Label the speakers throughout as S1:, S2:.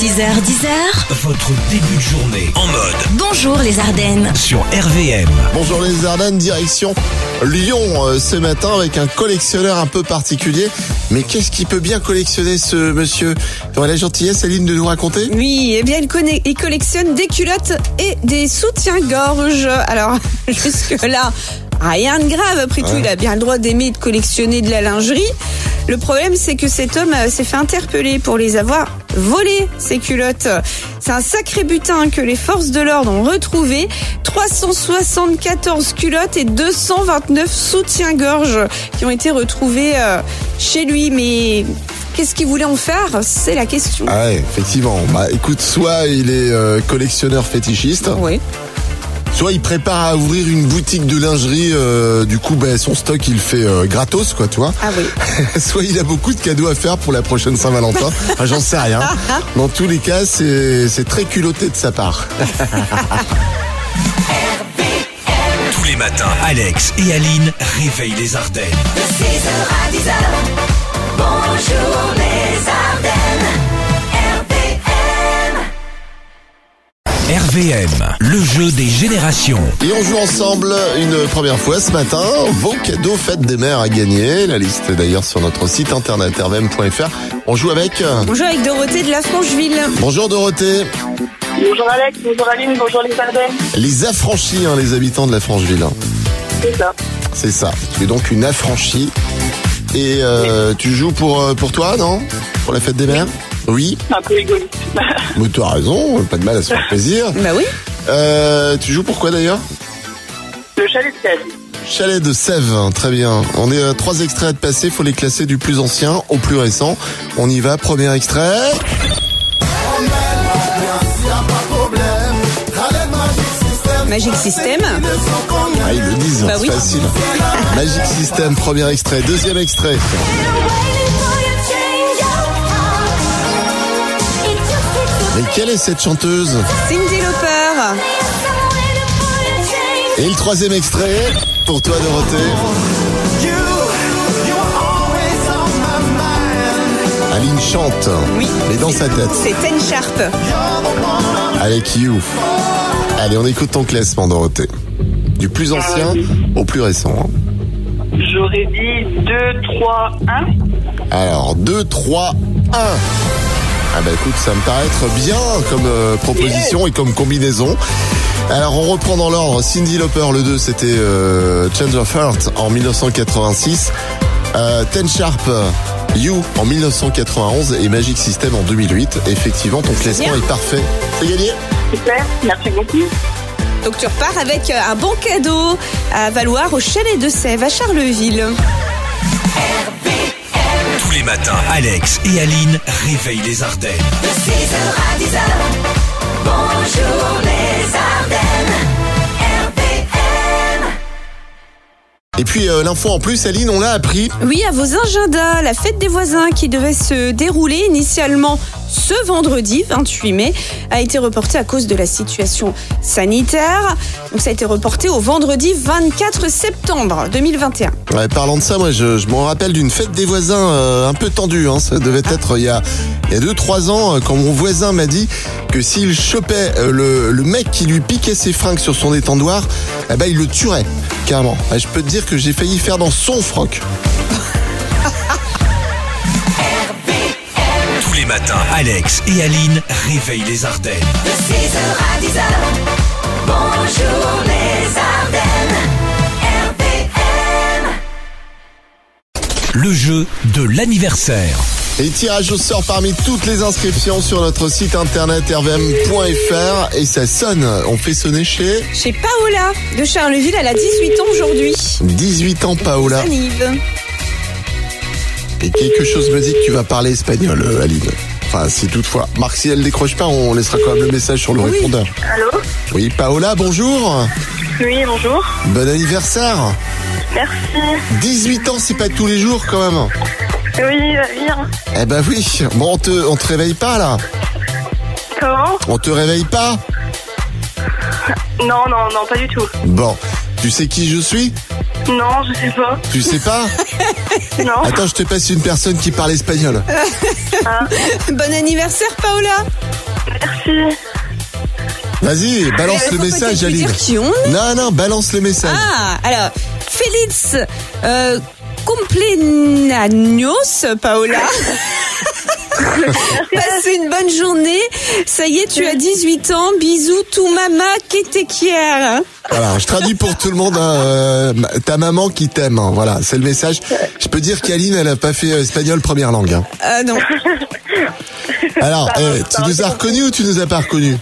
S1: 6h10h,
S2: Votre début de journée en mode
S1: bonjour les Ardennes.
S2: sur RVM.
S3: Bonjour les Ardennes, direction Lyon euh, ce matin avec un collectionneur un peu particulier. Mais qu'est-ce qui peut bien collectionner ce monsieur On a la gentillesse, Aline, de nous raconter
S4: Oui, eh bien, il, connaît, il collectionne des culottes et des soutiens-gorge. Alors, jusque-là, rien de grave. Après tout, il a bien le droit d'aimer et de collectionner de la lingerie. Le problème, c'est que cet homme euh, s'est fait interpeller pour les avoir volées, ces culottes. C'est un sacré butin que les forces de l'ordre ont retrouvé. 374 culottes et 229 soutiens-gorge qui ont été retrouvés euh, chez lui. Mais qu'est-ce qu'il voulait en faire C'est la question.
S3: Ah ouais, effectivement. Bah écoute, soit il est euh, collectionneur fétichiste,
S4: Oui.
S3: soit il prépare à ouvrir une boutique de lingerie. euh, du coup, bah, son stock, il fait euh, gratos, quoi, toi.
S4: Ah oui.
S3: soit il a beaucoup de cadeaux à faire pour la prochaine Saint-Valentin. Enfin, J'en sais rien. Dans tous les cas, c'est c'est très culotté de sa part.
S2: Tous les matins, Alex et Aline réveillent les Ardennes.
S5: Bonjour les Ardennes, RPM.
S2: RVM, le jeu des générations.
S3: Et on joue ensemble une première fois ce matin. Vos cadeaux fête des mères à gagner. La liste est d'ailleurs sur notre site internet rvm.fr. On joue avec. euh,
S4: Bonjour avec Dorothée de la Francheville.
S3: Bonjour Dorothée.
S6: Bonjour Alex, bonjour Aline, bonjour les Ardennes.
S3: Les affranchis, hein, les habitants de la Francheville. hein.
S6: C'est ça.
S3: C'est ça. Tu es donc une affranchie. Et euh, tu joues pour, euh, pour toi, non Pour la fête des mères Oui.
S6: C'est un peu égoïste.
S3: Mais tu as raison. Pas de mal à se faire plaisir.
S4: Bah oui.
S3: Euh, tu joues pour quoi d'ailleurs
S6: Le chalet de Sèvres.
S3: Chalet de Sèvres, hein, très bien. On est à trois extraits à te passer, faut les classer du plus ancien au plus récent. On y va, premier extrait.
S4: Magic System.
S3: Ah, ils le disent,
S4: Bah
S3: c'est
S4: oui.
S3: facile. Magic System, premier extrait. Deuxième extrait.
S5: Waiting for you to change your heart. It just takes a
S3: Mais quelle est cette chanteuse
S4: Cindy Lauper.
S5: little waiting for you to change.
S3: Et le troisième extrait, pour toi Dorothée. Aline chante,
S4: Oui.
S3: mais dans sa tête.
S4: C'est Ten Sharp.
S3: Avec You. Allez, on écoute ton classement Dorothée. Du plus ancien au plus récent. hein.
S6: J'aurais dit 2, 3, 1.
S3: Alors, 2, 3, 1. Ah bah écoute, ça me paraît être bien comme euh, proposition et comme combinaison. Alors on reprend dans l'ordre. Cindy Lauper, le 2, c'était euh, Change of Heart en 1986. Euh, Ten Sharp, You en 1991 et Magic System en 2008. Effectivement, ton classement est parfait. C'est gagné
S6: Super, merci beaucoup.
S4: Donc tu repars avec euh, un bon cadeau à valoir au Chalet de Sèvres à Charleville.
S2: Tous les matins, Alex et Aline réveillent les Ardennes.
S5: De 6h à 10h. Bonjour les Ardennes, RPM.
S3: Et puis euh, l'info en plus, Aline, on l'a appris.
S4: Oui, à vos agendas, la fête des voisins qui devait se dérouler initialement ce vendredi 28 mai a été reportée à cause de la situation sanitaire. Donc ça a été reporté au vendredi 24 septembre 2021.
S3: Ouais, parlant de ça, moi je, je me rappelle d'une fête des voisins euh, un peu tendue. Hein. Ça devait être il y a il y a deux trois ans euh, quand mon voisin m'a dit que s'il chopait euh, le, le mec qui lui piquait ses fringues sur son étendoir, eh ben il le tuerait carrément. Ouais, je peux te dire que j'ai failli faire dans son froc.
S2: Tous les matins, Alex et Aline réveillent les Ardennes.
S5: De 6h à 10h. Bonjour les Ardennes, RPM.
S2: Le jeu de l'anniversaire.
S3: Et tirage au sort parmi toutes les inscriptions sur notre site internet rvm.fr et ça sonne. On fait sonner chez
S4: Chez Paola de Charleville, elle a 18 ans aujourd'hui.
S3: 18 ans Paola.
S4: Anniv.
S3: Et quelque chose me dit que tu vas parler espagnol, euh, Aline. Enfin, si toutefois. Marc, si elle décroche pas, on laissera quand même le message sur le répondeur.
S6: Allô
S3: Oui, Paola, bonjour.
S6: Oui, bonjour.
S3: Bon anniversaire.
S6: Merci.
S3: 18 ans, c'est pas tous les jours quand même.
S6: Oui, va bien.
S3: Eh ben oui. Bon, on te, on te réveille pas là.
S6: Comment
S3: On te réveille pas.
S6: Non, non, non, pas du tout.
S3: Bon. Tu sais qui je suis
S6: Non, je sais pas.
S3: Tu sais pas
S6: Non.
S3: Attends, je te passe une personne qui parle espagnol.
S4: Bon anniversaire Paola
S6: Merci.
S3: Vas-y, balance
S4: Mais
S3: le
S4: faut
S3: message,
S4: peut-être lui
S3: Aline.
S4: dire qui on est.
S3: Non, non, balance le message.
S4: Ah, alors, Félix euh, Complenanos, Paola. Passe une bonne journée. Ça y est, tu as 18 ans. Bisous, tout mama, ketekier.
S3: Voilà, je traduis pour tout le monde hein, euh, ma- ta maman qui t'aime. hein, voilà, c'est le message. Je peux dire qu'Aline, elle a pas fait euh, espagnol première langue. hein.
S4: Ah non.
S3: Alors,
S6: Ça va,
S3: eh,
S6: ça
S3: tu
S6: va,
S3: nous
S6: c'est
S3: as
S6: bon.
S3: reconnu ou tu nous as pas reconnu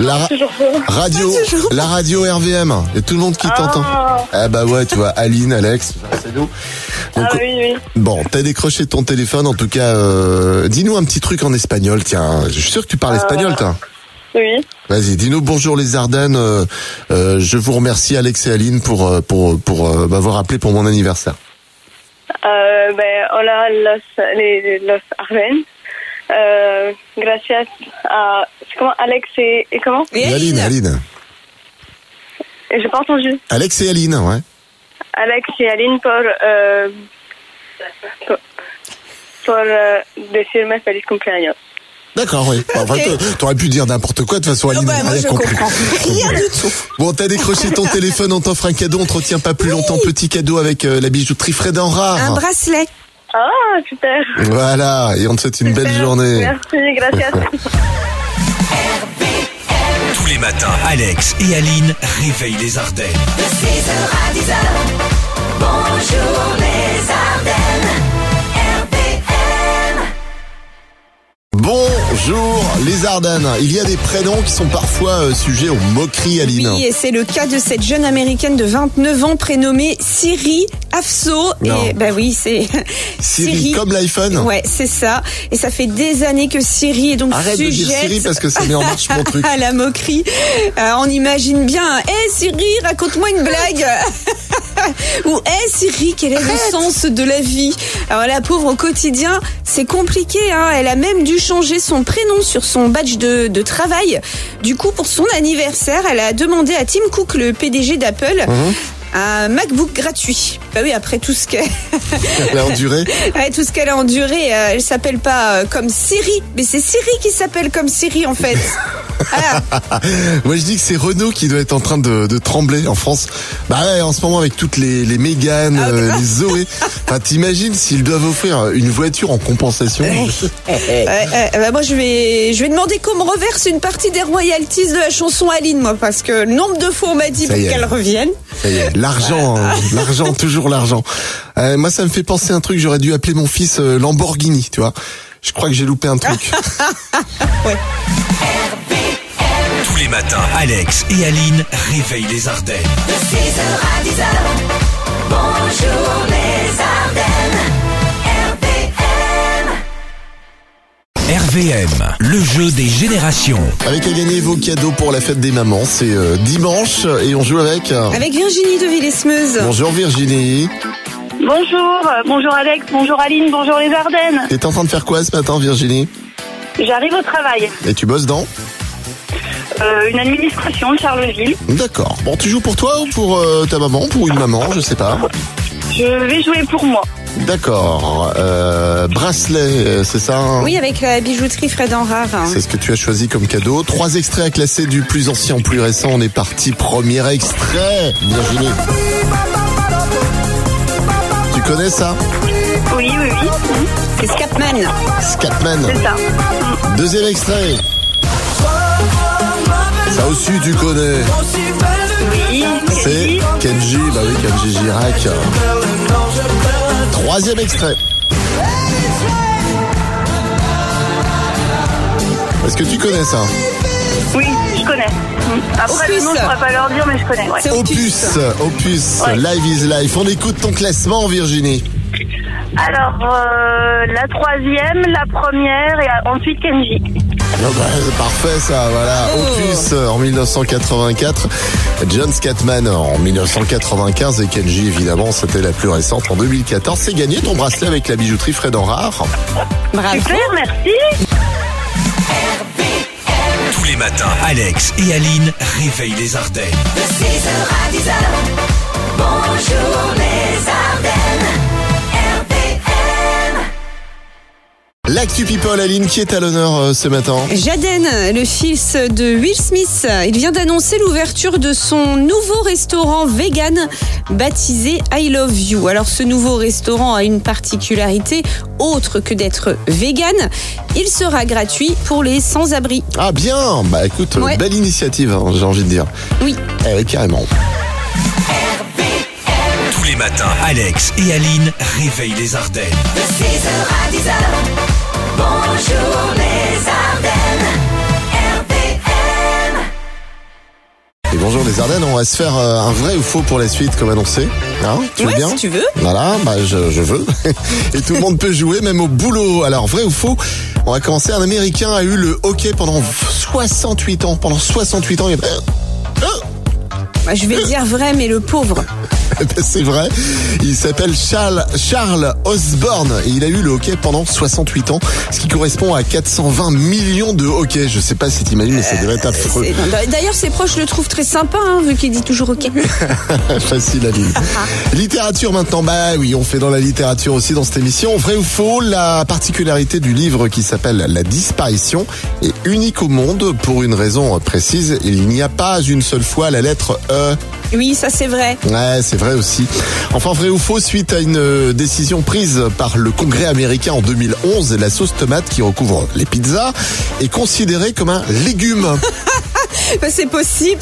S3: La ra-
S6: Toujours.
S3: radio,
S4: Pas toujours.
S3: la radio RVM. Il y a tout le monde qui t'entend.
S6: Ah.
S3: Ah bah ouais, tu vois, Aline, Alex, c'est nous. Donc,
S6: Ah oui, oui.
S3: Bon, t'as décroché ton téléphone, en tout cas, euh, dis-nous un petit truc en espagnol, tiens. Je suis sûr que tu
S6: Euh,
S3: parles espagnol, toi.
S6: Oui.
S3: Vas-y, dis-nous bonjour les Ardennes. euh, euh, je vous remercie Alex et Aline pour euh, pour pour euh, m'avoir appelé pour mon anniversaire.
S6: Euh, ben, hola, los, les, los Ardennes. Euh, gracias à. C'est comment Alex et, et comment
S4: Et
S3: Aline,
S4: Aline
S3: Aline.
S6: Et J'ai pas entendu.
S3: Alex et Aline, ouais.
S6: Alex et Aline pour. Euh, pour, pour euh, decirme feliz cumpleaños.
S3: D'accord, oui. Bah, enfin,
S4: Ok.
S3: t'a- T'aurais pu dire n'importe quoi, de toute façon,
S4: Oh
S3: Aline
S4: bah,
S3: n'a
S4: moi,
S3: rien
S4: je
S3: compris.
S4: comprends rien du tout.
S3: Bon, t'as décroché ton téléphone, on t'offre un cadeau, on te retient pas plus longtemps. Petit cadeau avec euh, la bijouterie Fred en
S4: Un
S3: rare.
S4: bracelet.
S6: Ah, super.
S3: Voilà, et on te souhaite une belle
S6: Super.
S3: journée.
S6: Merci, gracias.
S2: Tous les matins, Alex et Aline réveillent les Ardennes.
S5: De 6h à 10h, bonjour les Ardennes, RPM.
S3: Bonjour les Ardennes. Il y a des prénoms qui sont parfois euh, sujets aux moqueries, Aline.
S4: Oui, et c'est le cas de cette jeune américaine de 29 ans prénommée Siri Afso.
S3: Non.
S4: Et bah oui, c'est
S3: Siri, comme l'iPhone.
S4: Ouais, c'est ça. Et ça fait des années que Siri est donc
S3: Arrête de
S4: sujette
S3: dire Siri parce que ça met en marche mon truc.
S4: à la moquerie. Euh, on imagine bien, hé Siri, raconte-moi une blague. Ou hé Siri, quel est le sens de la vie Alors la pauvre au quotidien, c'est compliqué. Hein. Elle a même dû changer son prénom sur son badge de, de travail. Du coup, pour son anniversaire, elle a demandé à Tim Cook, le PDG d'Apple,
S3: Mhm.
S4: un MacBook gratuit. Bah oui, après tout ce qu'elle
S3: La durée.
S4: Ouais, tout ce qu'elle a enduré, euh, elle s'appelle pas euh, comme Siri, mais c'est Siri qui s'appelle comme Siri en fait. Ah,
S3: Moi, je dis que c'est Renault qui doit être en train de, de trembler en France. Bah ouais, en ce moment avec toutes les, les Mégane, euh, les Zoé. Enfin, t'imagines s'ils doivent offrir une voiture en compensation
S4: ouais, ouais, bah moi je vais, je vais demander qu'on me reverse une partie des royalties de la chanson Aline, moi, parce que le nombre de fois on m'a dit
S3: Ça
S4: pour
S3: y est.
S4: qu'elle revienne.
S3: Ça y est, L'argent, hein, l'argent, toujours l'argent. Euh, moi, ça me fait penser à un truc. J'aurais dû appeler mon fils euh, Lamborghini, tu vois. Je crois que j'ai loupé un truc.
S2: Tous les matins, Alex et Aline réveillent les Ardennes.
S5: De 6h à 10h, bonjour les Ardennes, RPM.
S2: RVM, le jeu des générations.
S3: Avec à gagner vos cadeaux pour la fête des mamans, c'est euh, dimanche et on joue avec. euh,
S4: Avec Virginie de Villesmeuse.
S3: Bonjour Virginie.
S6: Bonjour, euh, bonjour Alex, bonjour Aline, bonjour les Ardennes.
S3: T'es en train de faire quoi ce matin, Virginie
S6: J'arrive au travail.
S3: Et tu bosses dans
S6: Euh, une administration de Charleville.
S3: D'accord. Bon, tu joues pour toi ou pour euh, ta maman, pour une maman, je sais pas.
S6: Je vais jouer pour moi.
S3: D'accord. Euh, bracelet, euh, c'est ça hein
S4: Oui, avec la bijouterie Fred en rare. hein.
S3: C'est ce que tu as choisi comme cadeau. Trois extraits à classer du plus ancien au plus récent. On est parti. Premier extrait, Virginie. Tu connais ça
S6: Oui, oui, oui,
S4: C'est Scapman.
S3: Scatman.
S6: c'est ça.
S3: Deuxième extrait. Ça aussi tu connais.
S6: Oui,
S3: C'est Kenji,
S6: Kenji.
S3: bah oui, Kenji Girac. Troisième extrait. Est-ce que tu connais ça
S6: Oui, je connais. Mm. Après,
S4: Opus.
S6: le nom, je pourrais pas leur dire, mais je connais. ouais.
S4: C'est Opus.
S3: Opus, Opus,
S6: Ouais.
S3: Live is Life. On écoute ton classement, Virginie.
S6: Alors, euh, la troisième, la première, et euh, ensuite Kenji.
S3: Ah bah, c'est parfait ça, voilà.
S4: Oh.
S3: Opus euh, en 1984, John Scatman en 1995 et Kenji évidemment, c'était la plus récente en 2014. C'est gagné ton bracelet avec la bijouterie Fred en rare.
S4: Bravo.
S6: Super, merci.
S2: Tous les matins, Alex et Aline réveillent les Ardennes.
S5: De 6h à 10h, bonjour les Ardennes, RPM.
S3: L'actu people, Aline, qui est à l'honneur euh, ce matin
S4: Jaden, le fils de Will Smith, il vient d'annoncer l'ouverture de son nouveau restaurant vegan baptisé I Love You. Alors ce nouveau restaurant a une particularité autre que d'être vegan, il sera gratuit pour les sans-abri.
S3: Ah bien, bah écoute,
S4: Ouais.
S3: belle initiative, hein, j'ai envie de dire.
S4: Oui.
S3: Eh oui, carrément.
S2: Tous les matins, Alex et Aline réveillent les Ardennes.
S5: De 6h à 10h, bonjour les Ardennes, RPM.
S3: Et bonjour les Ardennes, on va se faire euh, un vrai ou faux pour la suite comme annoncé. Hein tu veux
S4: Ouais,
S3: bien
S4: si tu veux.
S3: Voilà, bah je, je veux. Et tout le monde peut jouer, même au boulot. Alors vrai ou faux On va commencer. Un Américain a eu le hockey pendant 68 ans. Pendant 68 ans, il a...
S4: Bah, je vais dire vrai, mais le pauvre.
S3: C'est vrai. Il s'appelle Charles, Charles Osborne. Et il a eu le hockey pendant 68 ans, ce qui correspond à 420 millions de hockey. Je sais pas si t'imagines, mais ça devait être affreux.
S4: C'est- bah, D'ailleurs, ses proches le trouvent très sympa, hein, vu qu'il dit toujours OK.
S3: Facile à lire. littérature maintenant. Bah oui, on fait dans la littérature aussi dans cette émission. Vrai ou faux, la particularité du livre qui s'appelle La disparition est unique au monde pour une raison précise. Il n'y a pas une seule fois la lettre E.
S4: Oui, ça c'est vrai.
S3: Ouais, c'est vrai aussi. Enfin, vrai ou faux, suite à une euh, décision prise par le Congrès américain en 2011, la sauce tomate qui recouvre les pizzas est considérée comme un légume.
S4: Bah, c'est possible.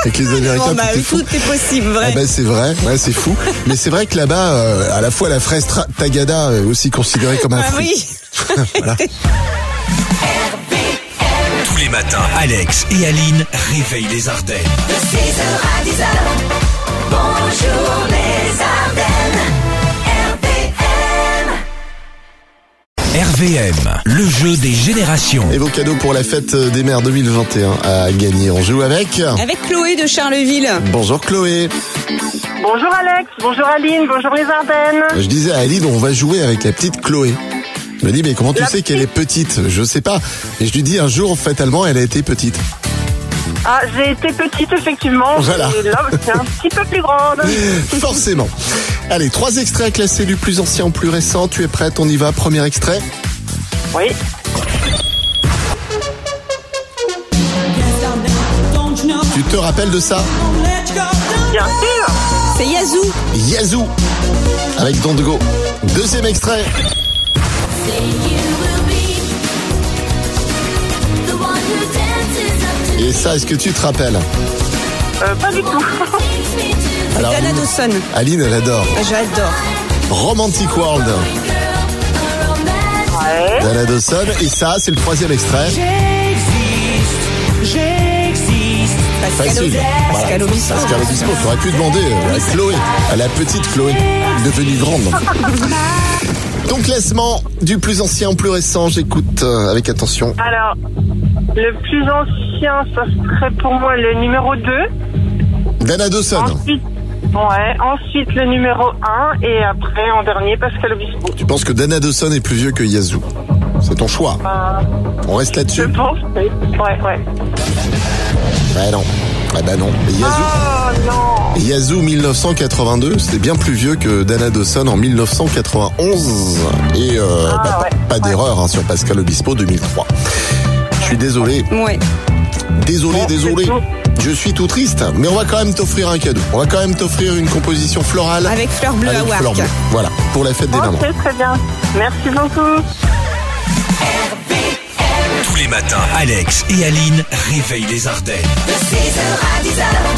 S3: Avec les Américains,
S4: Bon, bah,
S3: Ah, tout est fou.
S4: tout est possible, vrai.
S3: Ah bah, c'est vrai, ouais, c'est fou. Mais c'est vrai que là-bas, euh, à la fois la fraise tra- tagada est aussi considérée comme un
S4: Ah
S3: fruit.
S4: oui.
S2: Tous les matins, Alex et Aline réveillent les Ardennes.
S5: De 6h à 10h, bonjour les Ardennes, RPM.
S2: RVM, le jeu des générations.
S3: Et vos cadeaux pour la fête euh, des mères 2021 à gagner. On joue avec.
S4: Avec Chloé de Charleville.
S3: Bonjour Chloé.
S6: Bonjour Alex, bonjour Aline, bonjour les Ardennes.
S3: Je disais à Aline, on va jouer avec la petite Chloé. Je me dis, mais comment tu sais qu'elle est petite Je sais pas. Et je lui dis, un jour, fatalement, elle a été petite.
S6: Ah, j'ai été petite effectivement.
S3: Voilà.
S6: Et là, c'est un petit peu plus grande.
S3: Forcément. Allez, trois extraits classés du plus ancien au plus récent. Tu es prête On y va. Premier extrait.
S6: Oui.
S3: Tu te rappelles de ça
S6: Bien sûr.
S4: C'est Yazoo.
S3: Yazoo avec Don de Go. Deuxième extrait. Et ça, est-ce que tu te rappelles
S6: Euh, pas du tout.
S3: Alors,
S4: Dana Dawson.
S3: Aline, elle adore.
S4: Ah, J'adore.
S3: Romantic World
S6: Ouais.
S3: d'Anna Dawson. Et ça, c'est le troisième extrait.
S4: Pascal
S3: Facile.
S4: Obispo.
S3: Voilà.
S4: Pascal Obispo.
S3: Pascal Obispo. T'aurais pu demander euh, à Chloé, à la petite Chloé, devenue grande. Ton classement du plus ancien au plus récent, j'écoute euh, avec attention.
S6: Alors, le plus ancien, ça serait pour moi le numéro 2.
S3: Dana Dawson.
S6: Ensuite, ouais, ensuite le numéro 1 et après en dernier Pascal Obispo.
S3: Tu penses que Dana Dawson est plus vieux que Yazoo C'est ton choix.
S6: Euh,
S3: On reste
S6: je
S3: là-dessus
S6: pense, oui. Ouais, ouais.
S3: Bah non. Ah bah non. Mais Yazoo.
S6: Oh non.
S3: Yazoo 1982, c'était bien plus vieux que Dana Dawson en 1991. Et euh,
S6: Ah,
S3: bah, pas-
S6: ouais.
S3: pas d'erreur hein, sur Pascal Obispo 2003. Je suis désolé,
S4: Ouais.
S3: désolé,
S6: Bon,
S3: désolé.
S6: c'est tout.
S3: Je suis tout triste, mais on va quand même t'offrir un cadeau. On va quand même t'offrir une composition florale
S4: Avec Fleur Bleue
S3: avec
S4: à
S3: fleurs
S4: Wark.
S3: bleues. Voilà, pour la fête des mamans.
S6: Ok, très bien. Merci beaucoup.
S2: Tous les matins, Alex et Aline réveillent les Ardennes.
S5: De 6h à 10h,